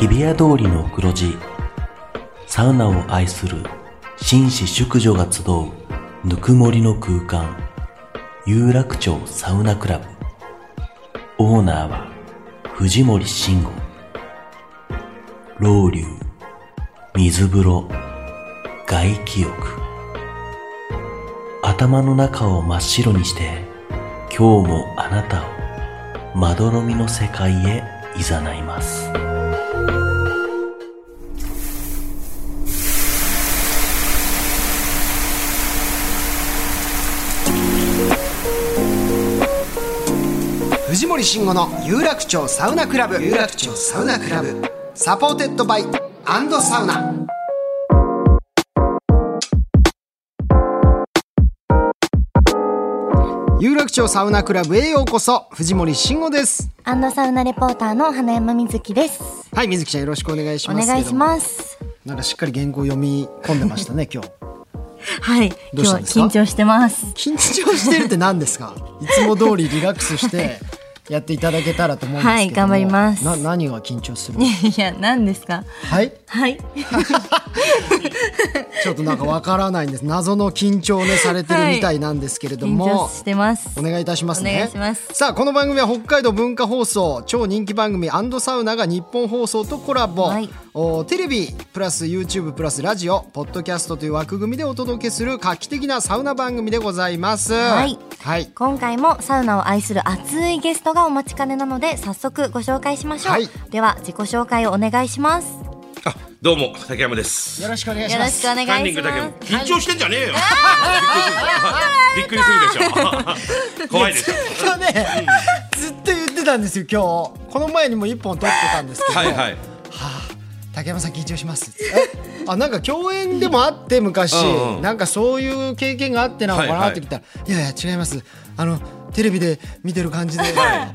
日比谷通りの黒字サウナを愛する紳士淑女が集うぬくもりの空間有楽町サウナクラブオーナーは藤森慎吾老流水風呂外気浴頭の中を真っ白にして今日もあなたをまどろみの世界へ誘います藤森慎吾の有楽町サウナクラブ有楽町サウナクラブサポーテッドバイアンドサウナ有楽町サウナクラブへようこそ藤森慎吾ですアンドサウナレポーターの花山みずきです。はい水木ちゃんよろしくお願いしおます願いしますす。なんかしっかり原稿読み込んでましたね今日はい、今どうし日たはんですか緊張してます。 緊張してるって何ですか いつも通りリラックスしてやっていただけたらと思うんですけどはい頑も張りますな何が緊張 するいや、何ですか。はいはい、ちょっとなんかわからないんです。謎の緊張をねされてるみたいなんですけれど緊も。張してますお。願いいたしますねお願いしますさあこの番組は北海道文化放送超人気番組アンドサウナが日本放送とコラボ、はいおテレビプラス YouTube プラスラジオポッドキャストという枠組みでお届けする画期的なサウナ番組でございますはいはい今回もサウナを愛する熱いゲストがお待ちかねなので、早速ご紹介しましょう。はいでは、自己紹介をお願いします。あ、どうも竹山です。よろしくお願いしよろましすくお願カンいニンしグ竹山ま。す。緊張してんじゃねえよ。びっくりするで しょ。怖いでしょ。今日 ね、ずっと言ってたんですよ今日この前にも一本撮ってたんですけど、はいはい。竹山さん緊張しますえあなんか共演でもあって昔、うんうんなんかそういう経験があってなのかはいなはいってきたら、いやいや違いますあのテレビで見てる感じで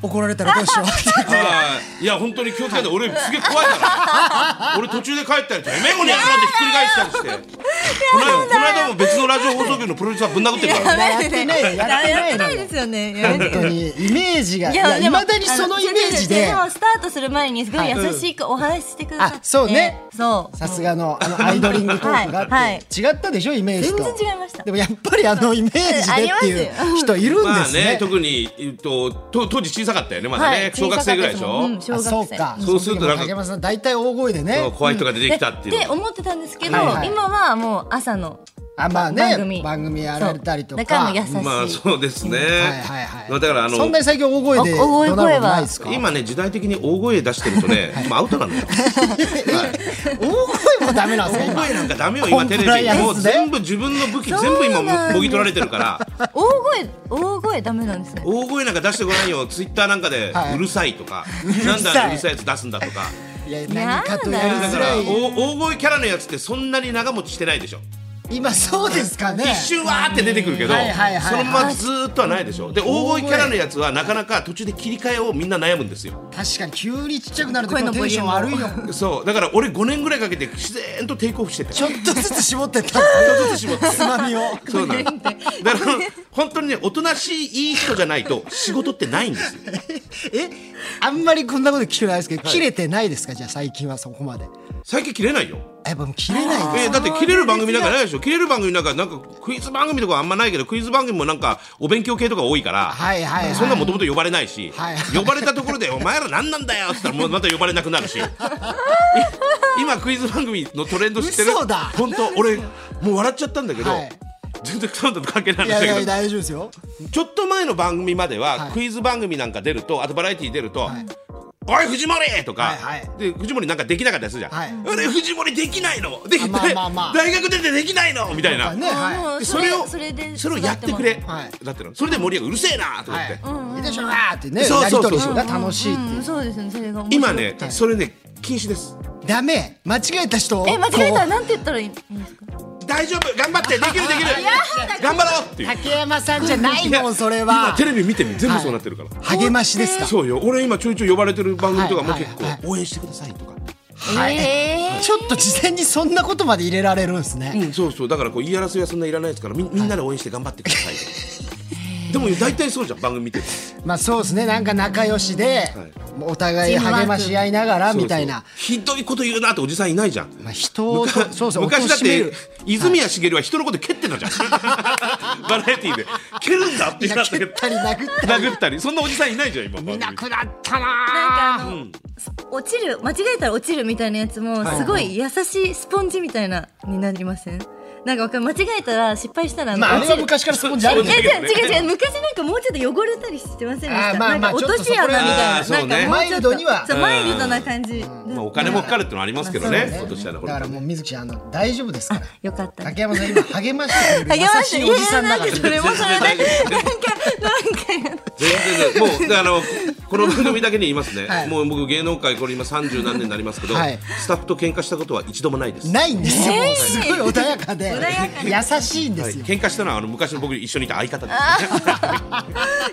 怒られたらどう しようってあーいや本当に気をつけて、俺すげえ怖いから。俺途中で帰ったりとか、えめこにやろってひっくり返したりして。この間この間も別のラジオ放送局のプロデューサーぶん殴ってるから。やってないよやってないのよですよね。やめて本当にイメージがいやでいもまだにそのイメあの違う違ージう違うででもスタートする前にすごい優しくお話ししてくださって、あそうねそうさすがのあのアイドリングトークがあって、はいはい違ったでしょイメージと全然違いましたでもやっぱりあのイメージでっていありますう人いるんでまあすね,、ね、特にえっとと当時小さかったよね、まだはね、小学生ぐらいでしょ。うん小あ学生そうかそうするとなんかその時も竹山さん大体大声でそうね怖い人が出てきたっていうでの。思ってたんですけど、はいはい今はもう朝のあまあね番組番組やられたりとそかうだからもう優しい、まあそうですね。はいはいはい。まあだからあの。そんなに最近大声でお大声は怒鳴ることないですか。今ね時代的に大声出してるとね、今アウトなのよ。 大声もダメなんです大か。声なんかダメよコ今ンプテライレアンビスもうで全部自分の武器全部今そうなんですももぎ取られてるから大声大声ダメなんですね大声なんか出してごらんよツイッターなんかではいうるさいとかさいなんだうるさいやつ出すんだとか今。いや何かとやりだかづららい。お大声キャラのやつってそんなに長持ちしてないでしょ今そうですかね。一瞬わーって出てくるけどはいはいはいはいそのままずーっとはないでしょで大声キャラのやつはなかなか途中で切り替えをみんな悩むんですよ確かに急にちっちゃくなると声今のテボンリシュョーンム悪いよ。そうだから俺5年ぐらいかけて自然とテイクオフしててちょっとずつ絞って った。ずつ絞ってつまみを。そうなの。だから本当にねおとなしいいい人じゃないと仕事ってないんですよ。え、あんまりこんなこと聞きたくないですけど、切れてないですかじゃあ最近はそこまで。最近切れないよ。やっぱもう切れないでえすー。だって切れる番組なんかないでしょ。切れる番組なんかなんかクイズ番組とかはあんまないけどクイズ番組もなんかお勉強系とか多いから。はいはいはいそんなもともと呼ばれないし、はい呼ばれたところで「お前ら何なんだよ」っつったらもうまた呼ばれなくな るしい今クイズ番組のトレンド知ってる嘘だ本当俺もう笑っちゃったんだけど、はい全然サウンドと関係ないい話だやけいどや大丈夫ですよ。ちょっと前の番組までは、はいクイズ番組なんか出るとあとバラエティー出ると「おい藤森!」とか、はいはいで藤森なんかできなかったりするじゃん「はいあれ藤森できないのできあまあまあまあ大学出てできないの!」みたいな。ねはもうそれをそれでそれをやってくれ、はいだってのそれで森がうるせえなと思っい。て、いいでしょうなーってね。そうやそりうとそうりが楽しいっていううん、。そうですねそれが面白今くてねそれね禁止ですダメ間違えた人をえ間違えたらこなんて言ったらいいんですか大丈夫頑張ってできるできる頑張ろうってういう竹山さんじゃないいやのそれ今はテレビ見てみ全部そうなってるから、励ましですかそうよ俺今ちょいちょい呼ばれてる番組とかもはい結構、はいはい応援してくださいとかはいえちょっと事前にそんなことまで入れられるんですねうん、そうそうだからこう言い争いはそんないらないですからみみんなで応援して頑張ってください、でも大体そうじゃん番組見ててまあそうですねなんか仲良しで、もうお互い励まし合いながらみたいなそうそうひどいこと言うなっておじさんいないじゃんまあ、人をとそうそう 昔だっ貶めてる泉谷しげるは人のこと蹴ってたじゃんバラエティーで蹴るんだってい言やっ蹴てったり殴ったり殴ったりそんなおじさんいないじゃん今いなくなったなんなかあーの、落ちる間違えたら落ちるみたいなやつもいすごい優しいスポンジみたいなになりませんなんかわかん間違えたら失敗したらのまああ落れちはる昔からスポンジあるえねそう違う違う違う昔なんかもうちょっと汚れたりしてませんでしあーた、まあまあなんか落とし穴みちょっとたそこらいななんかもマうちょっとイルドにはそうマイルドな感じ、まあお金もかかるってのはありますけどねそうね今年はねだほかららもう水木ちゃんあの大丈夫ですからよかった竹山さん今励ましてくれる励優まししていおじさんだかいやいやなんかそれらもそれ 全然大丈でな夫んかなんか全然もうあのこの番組だけに言いますね、はいもう僕芸能界これ今三十何年になりますけど、はいスタッフと喧嘩したことは一度もないですないんですよもうすごい穏やかで穏やかに優しいんではいすよ喧嘩したのはあの昔の僕一緒にいた相方で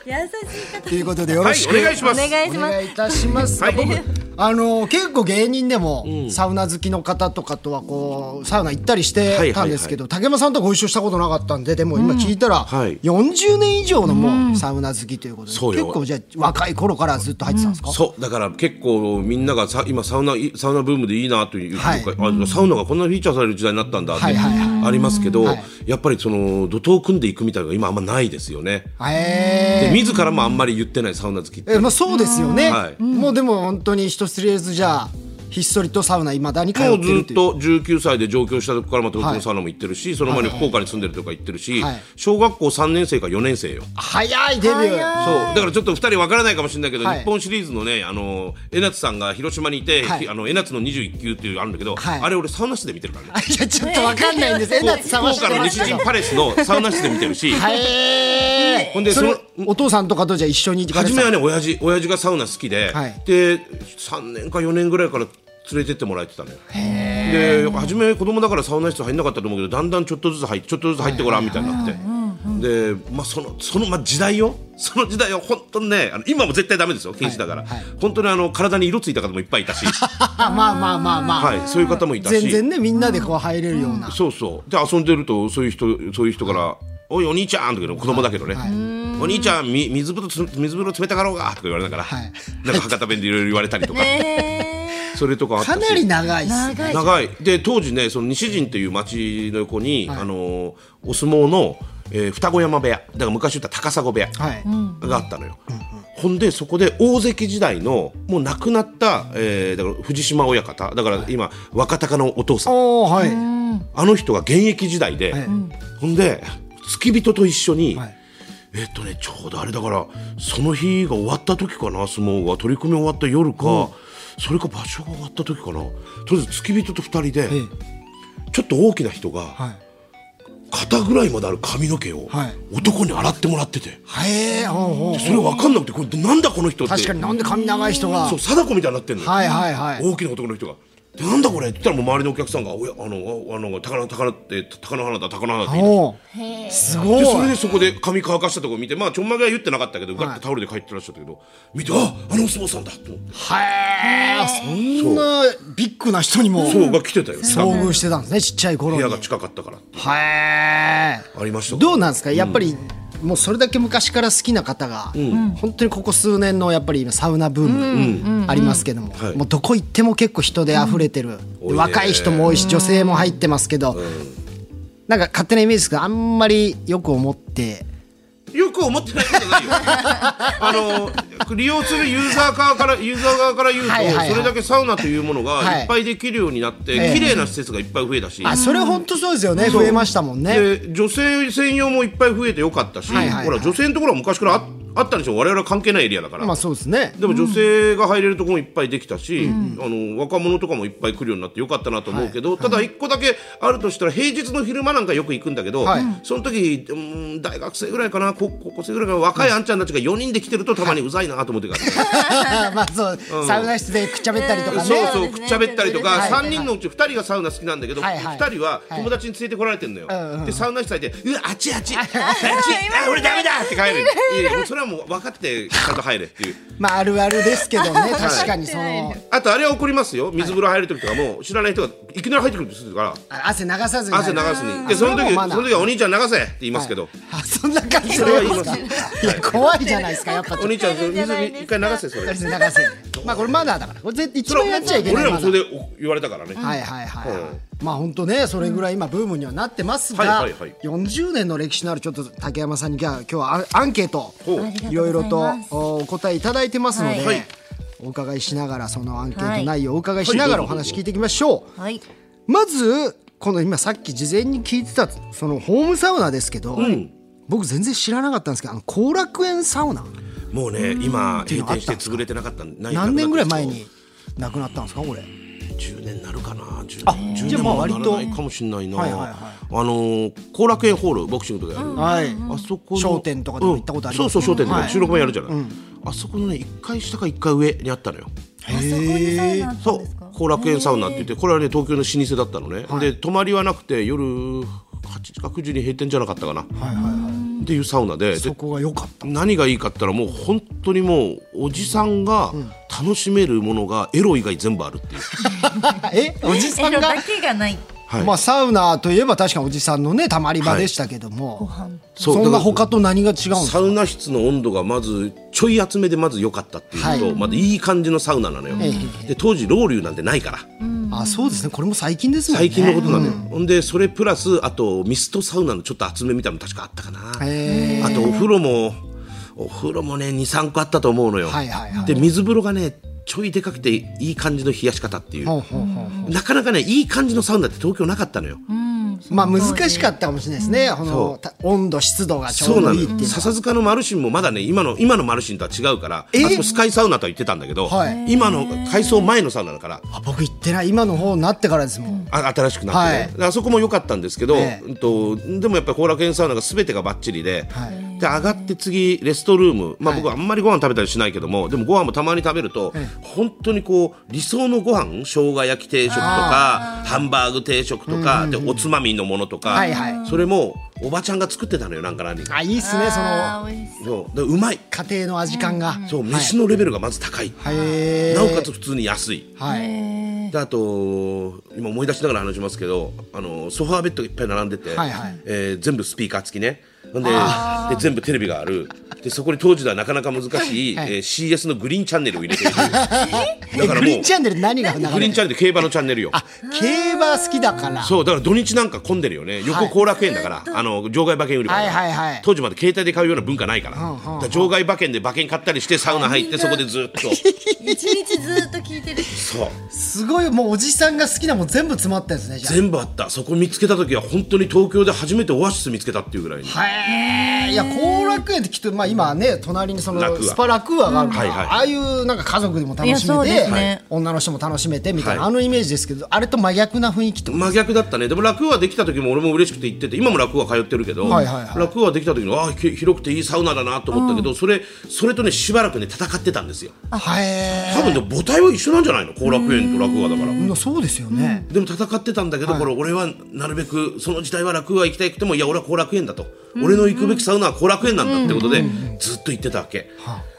優しい方ということでよろしす、くはい、お願いしおます願いしおます願いいたしますはい僕あの結構芸人でも、サウナ好きの方とかとはこうサウナ行ったりしてたんですけど、竹山さんとご一緒したことなかったんででも今聞いたら、はい40年以上のもうサウナ好きということで、そうよ結構じゃあ若い頃からずっと入ってたんですか、そうだから結構みんながさ今サウナいサウナブームでいいなというはいとかあサウナがこんなフィーチャーされる時代になったんだってはいはいありますけど、はいやっぱりその怒涛を組んでいくみたいなのが今あんまないですよね。へでー自らもあんまり言ってないサウナ好きってえまあ、そうですよね、はいもうでも本当に一つれずじゃあひっそりとサウナいまだに通ってもうるずとっいうと19歳で上京したとこからまた東は京いサウナも行ってるし、その前に福岡に住んでるとか行ってるし、はい小学校3年生か4年生よ。早いデビューそうだからちょっと2人わからないかもしれないけど、はい日本シリーズのねあの江夏さんが広島にいて、はいひあの江夏の21級っていうのあるんだけど、はいあれ俺サウナ室で見てるからね。いやちょっとわかんないんですえなつ福さんは知って岡のます西け陣どパレスのサウナ室で見てるしへーほんでそれそお父さんとかとじゃあ一緒に行かれ初てめたはね親父親父がサウナ好きで、はいで3年か4年ぐらいから連れてってもらえてたのよで初め子供だからサウナ室入んなかったと思うけどだんだんちょっとずつ入ってちょっとずつ入ってごらんみたいになって、で、まあ、そのその、まあ、時代よその時代は本当にねあの今も絶対ダメですよ禁止だから、はいはい本当にあの体に色ついた方もいっぱいい たし、あまあまあまあまあ、はい、そういう方もいたし全然ねみんなでこう入れるような、そうそうで遊んでるとそういう人そういう人から「おいお兄ちゃん」とか言うの子供だけどね「はいお兄ちゃんみ水風呂つ水風呂冷たかろうが」とか言われながら、はいなんか博多弁でいろいろ言われたりとか、えそれとかあったかしなり長いっすね長い長いで当時ねその西陣という町の横に、あのーお相撲の、えー双子山部屋だから昔言った高砂部屋はい、があったのよ、ほんでそこで大関時代のもう亡くなった、えーだから藤島親方だから今若隆のお父さんおおはいあの人が現役時代で、はいほんで付き人と一緒に、はいえっとねちょうどあれだからその日が終わった時かな相撲が取り組み終わった夜か、それか場所が終わった時かなとりあえず付き人と二人で、ええちょっと大きな人が、はい肩ぐらいまである髪の毛を、はい男に洗ってもらっててへえほうほうそれ分かんなくてこれなんだこの人って確かになんで髪長い人がそう貞子みたいになってんのよ、はいはいはい大きな男の人が。でなんだこれって言ったらもう周りのお客さんが「おやあのああの高菜高菜って高菜花だ高菜花」って言い出しおーすてごいでそれでそこで髪乾かしたとこ見てまあちょんまげは言ってなかったけど、ガッとタオルで帰ってらっしゃったけど見てああのお相撲さんだと思ってはいそんなビッグな人にもそうが来てたよ遭遇してたんですねちっちゃい頃部に屋が近かったからってはいありましたどうなんですかやっぱり、もうそれだけ昔から好きな方が、本当にここ数年のやっぱり今サウナブームありますけども、はいもうどこ行っても結構人で溢れてる、多いね若い人も多いし女性も入ってますけど、なんか勝手なイメージですがあんまりよく思ってよく思ってないこと ないよあの利用するユーザー側からユーザー側から言うと、はいはいはいそれだけサウナというものはがいいっぱいできるようになって、ええ綺麗な施設がいっぱい増えたし、あそれ本当そうですよね増えましたもんね。で女性専用もいっぱい増えてよかったし、はいはいはいほら女性のところは昔からああったんでしょ我々は関係ないエリアだから、まあそう ですねでも女性が入れるところもいっぱいできたし、あの若者とかもいっぱい来るようになってよかったなと思うけど、ただ一個だけあるとしたら平日の昼間なんかよく行くんだけど、はいその時、うん、大学生ぐらいかな高高校生ぐらいかな若いあんちゃんたちが4人で来てるとたまにうざいなと思ってから、 まあそう、サウナ室でくっちゃべったりとかね。そうそうそでうすねくっちゃべったりとか、はい三3人のうち2人がサウナ好きなんだけど、二はいはい2人は友達に連れてこられてんのよ、うんうんでサウナ室入って「うわあっちあ っちあっちあ俺ダメだ!」って帰るいやいやもうそれはもう分かってちゃんと入れっていう。まああるあるですけどね確かにそのあとあれは怒りますよ水風呂入る時とかも知らない人がいきなり入ってくるとするからあ汗流さずに汗流すにでそそれのも時マそナーの時はお兄ちゃん流せって言いますけど、あそんな感じそれはで言いすまかすいや怖いじゃないですかやっぱちょっおと兄ちゃん水じゃないですか一回流せそれ流せまあこれマナーだからこれ絶対一それ番やっちゃいけない俺らもマナそれーでお言われたからね、はいはいはいはい、うんまあ本当ねそれぐらい今ブームにはなってますが、はいはいはい40年の歴史のあるちょっと竹山さんに今日はアンケートほうありがとうございますいろいろとおお答えいただいてますので、はいお伺いしながらそのアンケーはトい内容をお伺いしながらはおいどうぞどうぞ話聞いていきましょう、はい。まずこの今さっき事前に聞いてたそのホームサウナですけど、ん僕全然知らなかったんですけどあの後楽園サウナもうね今閉店して潰れてなかったない何年ぐらい前なくに亡くなったんですかこれなった人10年なるかな 10, あ10じゃあ年まあも割ならとないかもしれないな、はいはいはいあのー後楽園ホールボクシングとかやる、はい、あそこの商店とかでも行ったことありますうんそうそう商店とはかい収録もやるじゃない、あそこのね一階下か一階上にあったのよあそこにサウナあったそんうですか。後楽園サウナって言ってこれはね東京の老舗だったのね、で泊まりはなくて夜8時か9時に閉店じゃなかったかな、っていうサウナででそこが良かった何がいいかって言ったらもう本当にもうおじさんが楽しめるものがエロ以外全部あるっていう、 えおじさエんロがだけがない。はいまあサウナといえば確かにおじさんのねたまり場でしたけども、そそうんなだから他と何が違うんですサかウナ室の温度がまずちょい厚めでまず良かったっていうのと、はいまだいい感じのサウナなのよ、えで当時ロウリュなんてないから、あそうですねこれも最近ですもんね最近のことなんだよ、ほんでそれプラスあとミストサウナのちょっと厚めみたいなの確かあったかなへあとお風呂もお風呂もね23個あったと思うのよ、はいはいはいで水風呂がねちょいでかくていい感じの冷やし方っていう、ほうほうほうなかなかねいい感じのサウナって東京なかったのよ、まあ難しかったかもしれないですね、このそた温度湿度がちょそううなどのいいよっていうのは笹塚のマルシンもまだね今の今のマルシンとは違うから、えあそこスカイサウナとは言ってたんだけど、はい今の改装前のサウナだからあ僕行ってない今の方になってからですもん、あ新しくなってねはい、であそこも良かったんですけど、ええうんとでもやっぱり後楽園サウナが全てがばっちりで,、はいで上がって次レストルーム、まあ、はい僕あんまりご飯食べたりしないけどもでもご飯もたまに食べると、え本当にこう理想のご飯生姜焼き定食とかハンバーグ定食とか、でおつまみのものとか、はいはいそれもおばちゃんが作ってたのよなんか何かあいいっすねそあのー美味しそうでうまい家庭の味感が、そう飯のレベルがまず高い、へえなおかつ普通に安い。はいであと今思い出しながら話しますけどあのソファーベッドがいっぱい並んでて、はいはいえー全部スピーカー付きねほんでで全部テレビがあるでそこに当時ではなかなか難しい、はいえー CS のグリーンチャンネルを入れてるだから えもうグリーンチャンネル何が流れてグリーンチャンャンネルって競馬のチャンネルよあ競馬好きだからそうだから土日なんか混んでるよね横後楽園だから、あの場外馬券売り場だからはいはいはい当時まで携帯で買うような文化ないから,、んうん場外馬券で馬券買ったりしてサウナ入ってそこでずっ とい。一日ずっと聞いてる。そうすごいもうおじさんが好きなもん全部詰まったんですねじゃ全部あったそこ見つけた時は本当に東京で初めてオアシス見つけたっていうぐらいにあへえいや後楽園ってきっと、まあ、今ね隣にそ楽のはスパラクーアがあるから、うんはいはいああいうなんか家族でも楽いやしめそうでて、すね女の人も楽しめてみたいな、はいあのイメージですけどあれと真逆な雰囲気と真逆だったねでも楽はできた時も俺も嬉しくて行ってて今も楽は通ってるけど、はいはいはい楽はできた時のああひ広くていいサウナだなと思ったけど、それそれとねしばらくね戦ってたんですよはえ多分ね母体は一緒なんじゃないの後楽園と楽はだから、そうですよね、でも戦ってたんだけど、これ俺はなるべくその時代は楽は行きたくてもいや俺は後楽園だと、俺の行くべきサウナは後楽園なんだってことで、ずっと行ってたわけ、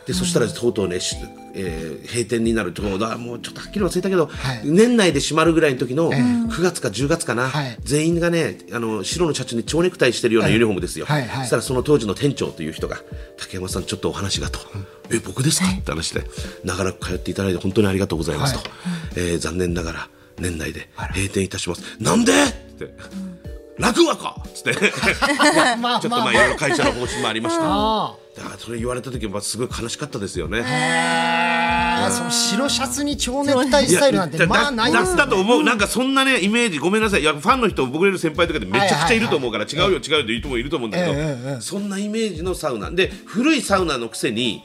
でそしたらとうとうね、しえー閉店になるとこだもうちょっとはっきり忘れたけど、はい年内で閉まるぐらいの時の9月か10月かな、はい全員がねあの白のシャツに蝶ネクタイしてるようなユニフォームですよ、はいはいそしたらその当時の店長という人が竹山さんちょっとお話がと、え僕ですかって話で長らく通っていただいて本当にありがとうございますと、えー残念ながら年内で閉店いたしますなんでって楽はかっつって まあちょっとまあまあいろいろ会社の方 針もありましたあだからそれ言われた時はすごい悲しかったですよね、あーその白シャツに蝶ネクタイスタイルなんてやまあだないですだだと思う、なんかそんなねイメージごめんなさいいやファンの人僕より先輩とかでめちゃくちゃいると思うから、違うよ違うよって言う人もいると思うんだけど、そんなイメージのサウナで古いサウナのくせに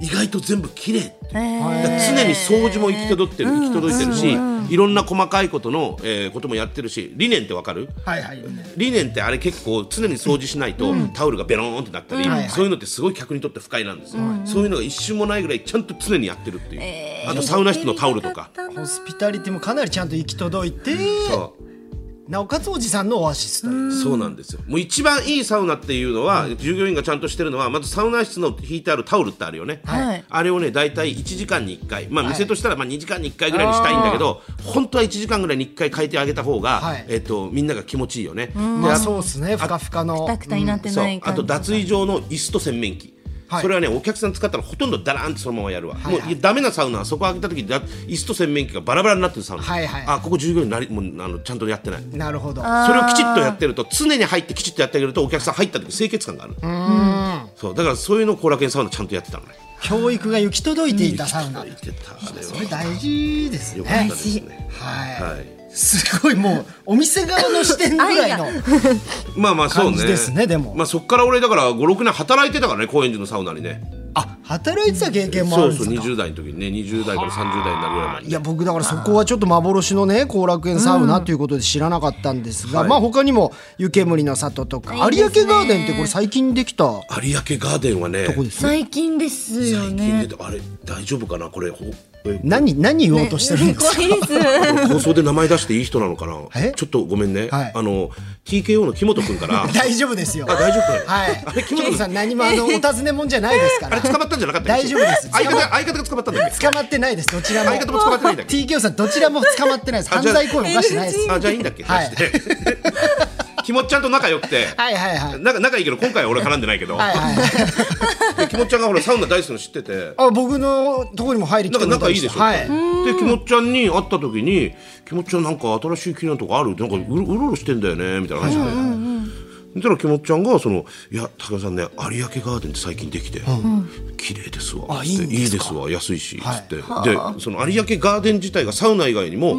意外と全部綺麗っていうだから常に掃除も行き届ってる、行き届いてるし、いろんな細かいことの、えーこともやってるし理念ってわかるはいはい理念ってあれ結構常に掃除しないとタオルがベローンってなったり、はいはいそういうのってすごい客にとって不快なんですよ、そういうのが一瞬もないぐらいちゃんと常にやってるっていう、あとサウナ室のタオルとか。ホスピタリティもかなりちゃんと行き届いてそうなおかつおじさんのオアシスというそうなんですよもう一番いいサウナっていうのは、従業員がちゃんとしてるのはまずサウナ室の引いてあるタオルってあるよね、はいあれをね大体1時間に1回まあ店としたらまあ2時間に1回ぐらいにしたいんだけど、本当は1時間ぐらいに1回変えてあげた方が、はいえっとみんなが気持ちいいよね、でまああそうですねふかふかのタクタになってそうないあ感じ。と脱衣場の椅子と洗面器はいそれはねお客さん使ったらほとんどダラーンってそのままやるわ、はいはいもういやダメなサウナはそこ開けた時にだ椅子と洗面器がバラバラになってるサウナ、はいはいあここ従業員なりもうあのちゃんとやってないなるほどそれをきちっとやってると常に入ってきちっとやってあげるとお客さん入った時清潔感があるそうだからそういうのを後楽園サウナちゃんとやってたのね教育が行き届いていたサウナ行ってたあれそれは大事ですよかったねですねははいすごいもうお店側の視点ぐらいのまあまあそう感ねじですねでもまあ、そっから俺だから56年働いてたからね高円寺のサウナにねあ働いてた経験もあそるうんでそうすか20代の時にね20代から30代になるぐらいまでいや僕だからそこはちょっと幻のね後楽園サウナということで知らなかったんですが、はいまあ他にも湯煙の里とかいい有ですね明ガーデンってこれ最近できた有明ガーデンはねとこです最近ですよ最近ね出てあれ大丈夫かなこれほえ何何言おうとしてるんですか、怖いです放送で名前出していい人なのかえなちょっとごめんね、はいあの TKO の木本君から 大丈夫ですよあ大丈夫はいあれケ木本ン君さん何もあのお尋ねもんじゃないですかあられ捕まったんじゃなかった大丈夫です相方相方が捕まったんだっけ捕まってないですどちらも相方も捕まってないんだっけ TKO さんどちらも捕まってないですあ犯じゃあ罪行為も犯してないですあじゃあいいんだっけ、はい出して 気持ちちゃんと仲良くて、はいはいはい仲仲いいけど今回は俺絡んでないけど、はいはいで気持ちちゃんがほらサウナ大好きなの知っててあ僕のところにも入りきなんてかくれた仲いりしいてでしょ、はいできもっちゃんに会った時にきもっちゃんなんか新しい機能とかあるなんかうろうろうろしてんだよねみたいな話で、そしたらきもっちゃんがその「いや高田さんね有明ガーデンって最近できて、綺麗ですわ」あつっていいんですかですわ安いし」はいつって、でその有明ガーデン自体がサウナ以外にも、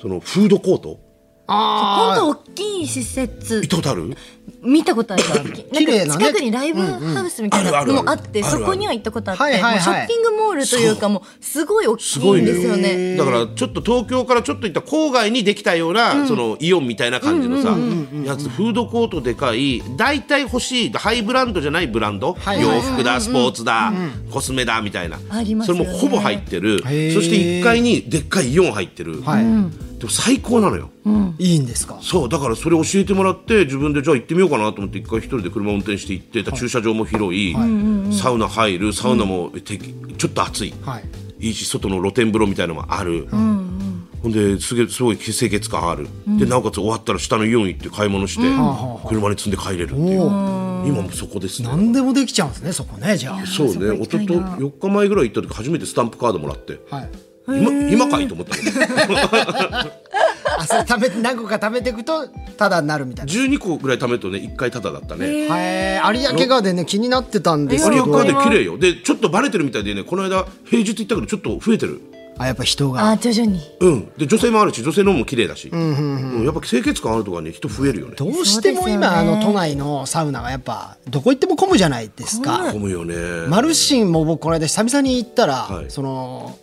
そのフードコート本当大きい施設行ったことある見たことあるからなんか綺麗なね近くにライブハウスみたいうんうんあなるあるのもあってあるあそるこには行ったことあってはいはいはいもうショッピングモールというかもうすごい大きすいごいんのですよねだからちょっと東京からちょっと行った郊外にできたような、そのイオンみたいな感じのさ、やつフードコートでかい大体欲しいハイブランドじゃないブランド、はい洋服だ、スポーツだ、コスメだみたいなありますそよれねもほぼ入ってるそへーして1階にでっかいイオン入ってる、はい、でも最高なのよ、いいんですかそうだからそれ教えてもらって自分でじゃあ行ってみようかなと思って一回一人で車運転して行って駐車場も広い、サウナ入るサウナもてちょっと暑い、はいいいし外の露天風呂みたいのもある、ほんですげえすごい清潔感ある、でなおかつ終わったら下のイオン行って買い物して、車に積んで帰れるっていう、今もそこですね何でもできちゃうんですねそこねじゃあそうねおとといな4日前ぐらい行った時初めてスタンプカードもらってはい今今かいと思ったけどあそれ食べ 何個か食べていくとタダになるみたいな12個ぐらい貯めるとね1回タダだったね、はい有明ガーデンね気になってたんです有け明カーどデン綺麗よでちょっとバレてるみたいでねこの間平日行ったけどちょっと増えてるあやっぱ人があ徐々にうんで女性もあるし女性の方も綺麗だし、うんやっぱ清潔感あるとかね人増えるよねどうしても今あの都内のサウナがやっぱどこ行っても混むじゃないですか混むよねマルシンも僕この間久々に行ったら、はいその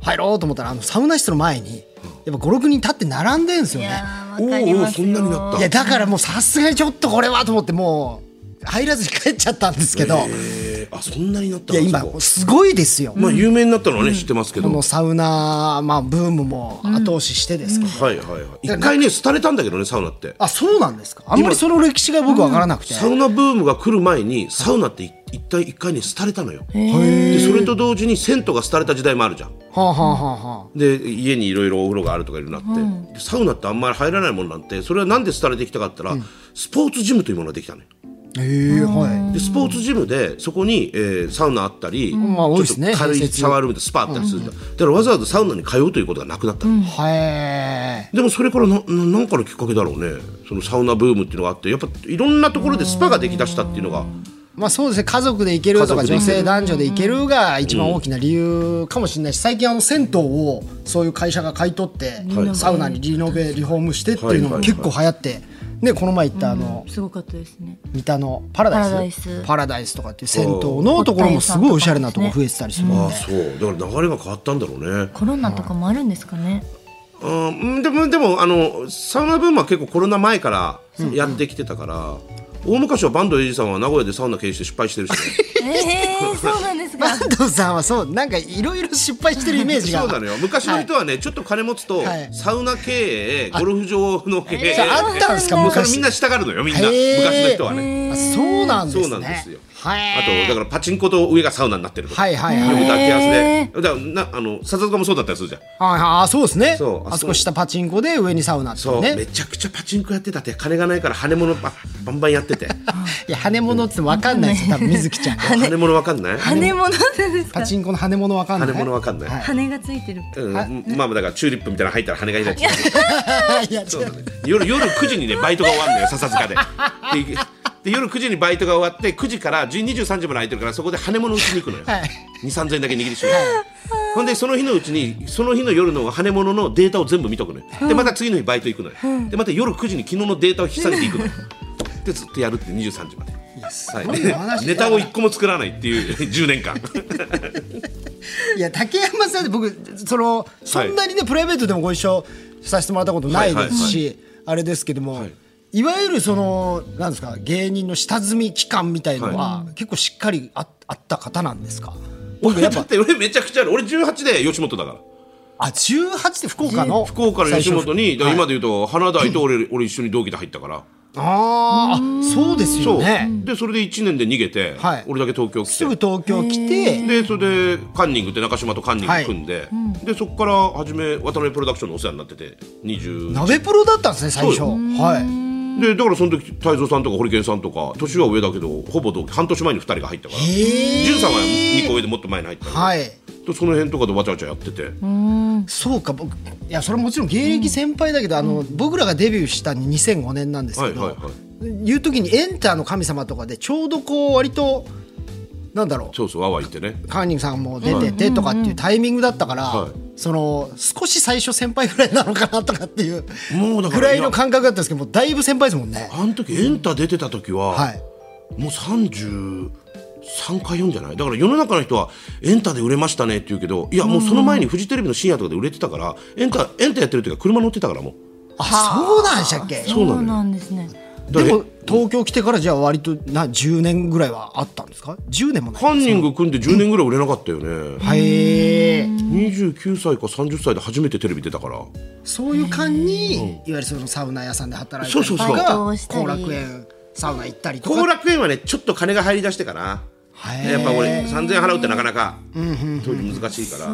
入ろうと思ったらあのサウナ室の前にやっぱ56人立って並んでるんですよねあおーわかりーおーますそんなになっいたやだからもうさすがにちょっとこれはと思ってもう入らずに帰っちゃったんですけど、えーあそんなになったいやの今そこすごいですよ、まあ有名になったのはね、知ってますけどこのはサウナ、まあ、ブームも後押ししてですけど、いはいはい一回ね廃れたんだけどねサウナってあそうなんですかあんまりその歴史が僕わからなくて、サウナブームが来る前にサウナってい一体一回ね廃れたのよでそれと同時に銭湯が廃れた時代もあるじゃんはあはあはあはあで家にいろいろお風呂があるとかいろいろなって、でサウナってあんまり入らないもんなんてそれはなんで廃れてきたかって言ったら、スポーツジムというものができたのよええはでスポーツジムでそこに、えーサウナあったり、まあ多いでちすょっとね軽い併設シャワールームでスパあったりするんだ、だからわざわざサウナに通うということがなくなったの、いはいでもそれからなななんかのきっかけだろうねそのサウナブームっていうのがあってやっぱいろんなところでスパができだしたっていうのがまあそうですね家族で行けるとか家族で女行ける性男女で行けるが一番大きな理由かもしれないし最近あの銭湯をそういう会社が買い取ってはいサウナにリノベリフォームしてっていうのもはいはいはい結構流行ってねこの前行ったあのすごかったですね三田のパラダイスパラダイスパラダイスとかっていう銭湯のところもすごいおしゃれなとこ増えてたりするんでああそうだから流れが変わったんだろうねコロナとかもあるんですかねうんでもでもあのサウナブームは結構コロナ前からやってきてたから、大昔は坂東英二さんは名古屋でサウナ経営して失敗してるしね、ええそうなんですか 坂東さんはそうなんかいろいろ失敗してるイメージがそうなのよ昔の人はね、ちょっと金持つと、はいサウナ経営ゴルフ場の経営あったんですかもうそれ昔みんな従うのよみんなへー昔の人はねあそうなんですねそうなんですよあとだからパチンコと上がサウナになってるとか、はいはいはいよく抱き合わへせでだからなあの笹塚もそうだったりするじゃんはいはいあそうですねそうあそこ下パチンコで上にサウナっていそうう、ねめちゃくちゃパチンコやってたって金がないから羽物ばバンバンやってていや羽物って分かんないですよ多分水木ち ゃん羽物わかんない羽物ですかパチンコの羽物分かんない羽物わかんない、は羽がついてるうん、まあまあだからチューリップみたいなの入ったら羽が開いて いや違う夜夜9時にねバイトが終わるのよ笹塚で。でで夜9時にバイトが終わって9時から10 23時まで空いてるからそこで羽物打ちに行くのよ、はい2 3 0 0円だけ握りしめてほんでその日のうちにその日の夜の羽物のデータを全部見とくのよ、でまた次の日バイト行くのよ、でまた夜9時に昨日のデータを引き下げていくのよでずっとやるって23時まで。はいでネタを一個も作らないっていう10年間いや竹山さんって僕そのそんなにね、プライベートでもご一緒させてもらったことないですし、あれですけども、はいい、わゆるそのなんですか芸人の下積み期間みたいのは、結構しっかりああった方なんですか僕俺やっ だっぱて俺めちゃくちゃある俺18で吉本だからあ18で福岡の福岡の吉本にだから今でで言うと花大と俺俺一緒に同期で入ったから。あーあそうですそよう、ねでそれで1年で逃げて、はい俺だけ東京すぐ来て東京来てでそれでカンニングって中島とカンニング組んで、でそこから初め渡辺プロダクションのお世話になってて20鍋プロだったんですね最初そうはでだからその時太蔵さんとかホリケンさんとか年は上だけどほぼ同期半年前に2人が入ったからいへ潤さんはえ2個上でもっと前に入ったから、はいでその辺とかでわちゃわちゃやってて、そうか僕いやそれもちろん芸歴先輩だけど、あの僕らがデビューしたに2005年なんですけど、はいはいはいう時に「エンターの神様」とかでちょうどこう割となんだろうそうそうわわいてねカーニングさんも出ててとかっていうタイミングだったから、はいその少し最初先輩ぐらいなのかなとかっていうもうだからぐらいの感覚だったんですけどもうだいぶ先輩ですもんね。あの時エンタ出てた時は、はいもう33回4じゃないだから世の中の人はエンタで売れましたねって言うけどいやもうその前にフジテレビの深夜とかで売れてたからエンタエンタやってる時は車乗ってたからもうあそうなんでしたっけそうなのよなんですねだでからも東京来てからじゃあ割とな10年ぐらいはあったんですか10年もないカンニング組んで10年ぐらい売れなかったよね、へえ29歳か30歳で初めてテレビ出たからそういう間に、いわゆるそのサウナ屋さんで働いたりそうとそうそうかバイトをしたり後楽園サウナ行ったりとか後楽園はねちょっと金が入りだしてかなへえやっぱ俺3000円払うってなかなか当時難しいから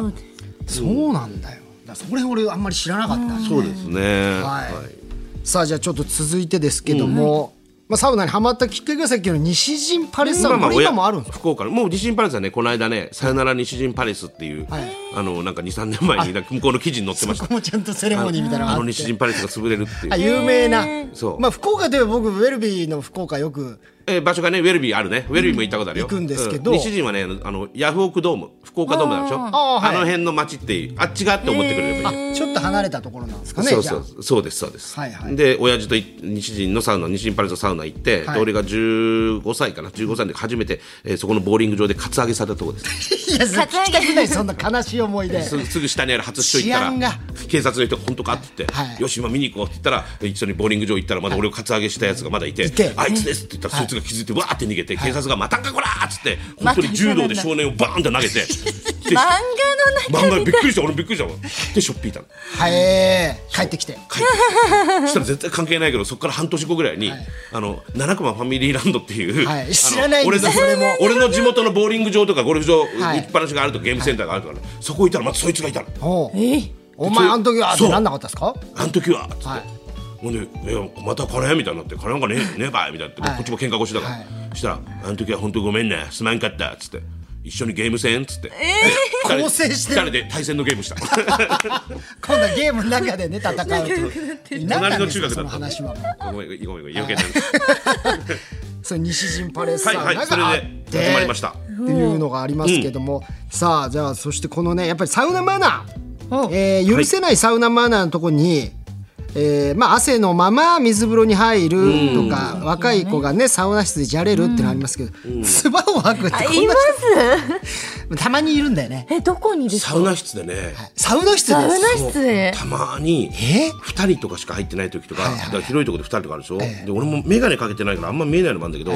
そうなんだよだからそこら辺俺あんまり知らなかった、そうですね、はいはいさあじゃあちょっと続いてですけども、まあ、サウナにハマったきっかけがさっきの西陣パレスサウナ、これ今もあるんですか 福岡のもう西陣パレスはねこの間ね「さよなら西陣パレス」っていう、はいあのなんか23年前になんか向こうの記事に載ってましそたこもちゃんとセレモニーみたいなのあがあのっ西て陣パレスが潰れるっていうあ、有名なそうまあ、福岡といえば僕ウェルビーの福岡よくえー場所がねウェルビーあるねウェルビーも行ったことあるよ、行くんですけどう西陣はねあのあのヤフオクドーム福岡ドームなんでしょあ,、あーはいの辺の町っていうあっちがって思ってくれればいい、ちょっと離れたところなんですかねそうじゃそあうそうですそうです、はいはいで親父とい西陣のサウナ西陣パレスのサウナ行って、はいで俺が15歳かな15歳で初めて、えーそこのボーリング場でカツアゲされたとこですいや聞きたくないそんな悲しい思いですぐすぐ下にある初市場行治安ったがら警察の人が本当かって言って、はいよし今見に行こうって言ったら一緒にボーリング場行ったらまだ俺をカツアゲしたやつがまだいていてあいつですって言ったらそいつが気づいてわーって逃げて、警察がまたかこらーっつって本当に柔道で少年をバーンって投 げて漫で画の漫中画みびったいくりした俺びっくりしたわでしょっぴーたのはい、えー帰ってきて帰ってきてしたら絶対関係ないけどそこから半年後ぐらいに、あの七熊ファミリーランドっていう、はいあの知らないんで俺すのそれも俺の地元のボーリング場とかゴルフ場はい打ちっぱなしがあるとかゲームセンターがあるとか、ねそこ行ったらまたそいつがいたの。おうえお前あの時はっそうてなんなかったですかあの時はっつって、はいほんで「いやまた金?」みたいになって「金なんかね えねえばい」みたいになって、はいこっちも喧嘩腰だから、はいしたら「あの時は本当ごめんねすまんかった」っつって「一緒にゲームせん」っつって、え構成してる2人で対戦のゲームした 今度はゲームの中でね戦うと何な 隣んので中すか学だそのった話はごめんごめんごめん余計なそれ西陣パレスさはんいがはあいっそれてで始まりましたっていうのがありますけども、さあじゃあそしてこのねやっぱりサウナマナー、えー許せないサウナマナーのとこに、えーまあ、汗のまま水風呂に入るとか、若い子がねサウナ室でじゃれるってのありますけど唾を吐くってこんな人いまたまにいるんだよねえどこにですサウナ室でね、サウナ室でサウナす室へたまにえ2人とかしか入ってない時とか,、いはいだから広いところで2人とかあるでしょ、で俺も眼鏡かけてないからあんま見えないのもあるんだけど、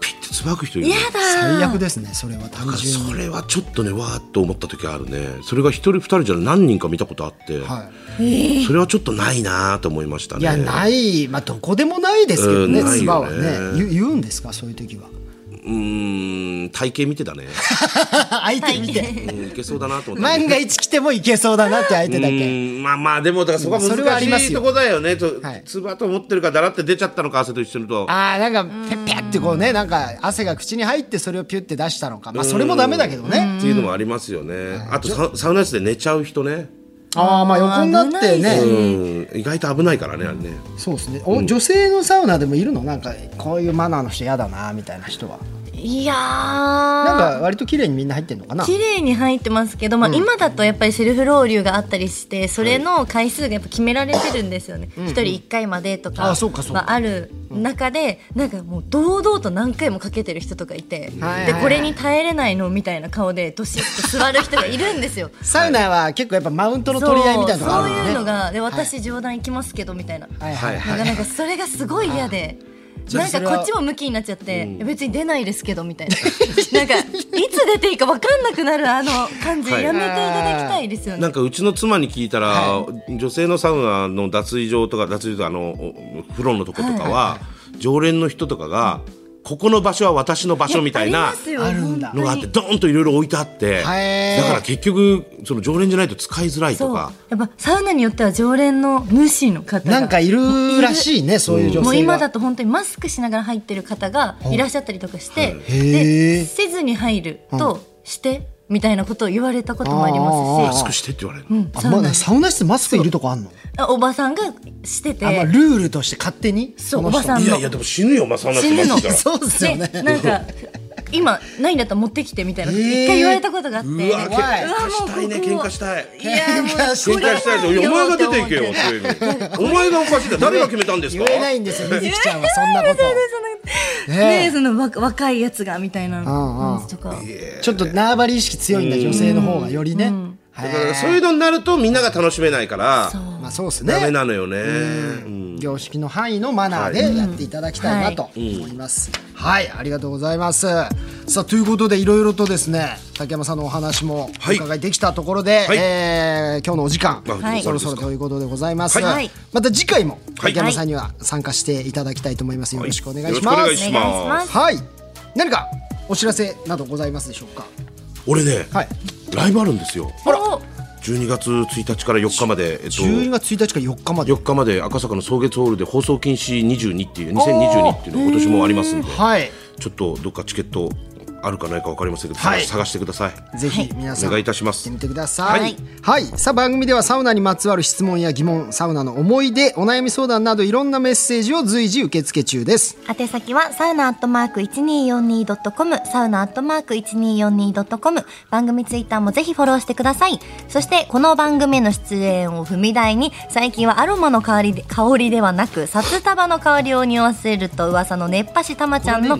ピッてつばく人いるのやだ最悪ですねそれは単純にそれはちょっとねわーっと思った時あるねそれが一人二人じゃない何人か見たことあって、はそれはちょっとないなーと思いましたねいやないまあどこでもないですけどうねんない唾はよねねゆ言うんですかそういう時はうーん体型見てたね、 相手見てうん、いけそうだなと思って万が一来てもいけそうだなって相手だうけーんまあまあでもだからそこはそれはあ難りましすいよとこだよねとはいつばと思ってるからだらって出ちゃったのか汗と一緒にとあーなんかペッペッってこうねなんか汗が口に入ってそれをピュって出したのかまあそれもダメだけどねっていうのもありますよねあとササウナ室で寝ちゃう人ねああまあ横になって危なねうん意外と危ないからねあれねそうですねお女性のサウナでもいるのなんかこういうマナーの人嫌だなみたいな人はいやなんーか割と綺麗にみんな入ってんのかな綺麗に入ってますけど、まあ、今だとやっぱりセルフロウリュがあったりしてそれの回数がやっぱ決められてるんですよね一、人一回までとかあそうかそうかまあある中でなんかもう堂々と何回もかけてる人とかいて、はいはいでこれに耐えれないのみたいな顔でどしっと座る人がいるんですよ。サウナは結構やっぱマウントの取り合いみたいなのがあそうるそよういねうのがで私冗談いきますけどみたいな、はいはいなんかなんかそれがすごい嫌で。ちょっとなんそかれはこっちも向きになっちゃって、別に出ないですけどみたいななんかいつ出ていいか分かんなくなるあの感じはいやめていただきたいですよなねんかうちの妻に聞いたら、女性のサウナの脱衣場とか脱衣所あのおお風呂のとことかは、常連の人とかが、ここの場所は私の場所みたいありなますよあるんだのがあって本ドーンといろいろ置いてあってへーだから結局その常連じゃないと使いづらい当とにそうかやっぱサウナによっては常連の主の方がなんかいるらしいねそういう女性がもう今だと本当にマスクしながら入ってる方がいらっしゃったりとかして、へーでせずに入るとしてみたいなことを言われたこともありまマすしスクしてって言われるうの、んあサウまナあサウナ室マスクいるとこあんのあおばさんがしてて、あ、まあ、ルールとして勝手にそうの人おばさんいやいやでも死ぬよまあサウナって死ぬマのジからそうですよねでなんか今ないんだったら持ってきてみたいなえ一、ー回言われたことがあってうわで怖い喧嘩したいねうわもうこ喧こ嘩したいやいもう喧嘩したいですよいやお前が出ていけよこれはってお前がおかしいんだ誰が決めたんです言かえないんですよ水木ちゃんはそんなことそのねえねえそのわ若いやつがみたいなうんうんとかちょっと縄張り意識強いんだ女性の方がよりねだからはそういうのになるとみんなが楽しめないからいまあそうですダメねなのよね。うん常識の範囲のマナーでやっていただきたいなと思いますはい、ありがとうございますさあということでいろいろとですね竹山さんのお話もおはい伺いできたところで、はいえー今日のお時間、まあはいそろそろということでございます、はいまた次回もはい竹山さんには参加していただきたいと思います、よろしくお願いしよまろすしくお願いしま。お願いしますすはい何かお知らせなどございますでしょうか俺ね、はいライブあるんですよ。お12月1日から4日まで、えっと、 12月1日から4日まで4日まで赤坂の草月ホールで放送禁止22っていう2022っていうのが今年もありますんで、はいちょっとどっかチケットあるかないかわかりませんけど、はい探してください。ぜひ皆さん、お願いいたします行ってみてください。ははいい、さあ番組ではサウナにまつわる質問や疑問、サウナの思い出、お悩み相談などいろんなメッセージを随時受付中です。宛先はサウナアットマーク 1242.com サウナアットマーク 1242.com 番組ツイッターもぜひフォローしてくださいそしてこの番組への出演を踏み台に最近はアロマの香りで香りではなく札束の香りを匂わせると噂の熱波師たまちゃんの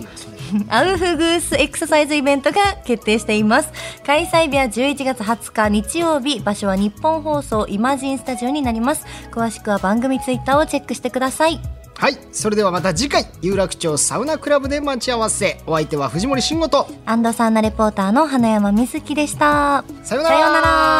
アウフグースエクササイズイベントが決定しています開催日は11月20日日曜日場所は日本放送イマジンスタジオになります詳しくは番組ツイッターをチェックしてくださいはい、それではまた次回有楽町サウナクラブで待ち合わせ。お相手は藤森慎吾とアンドサウナレポーターの花山瑞希でした。さようならうなら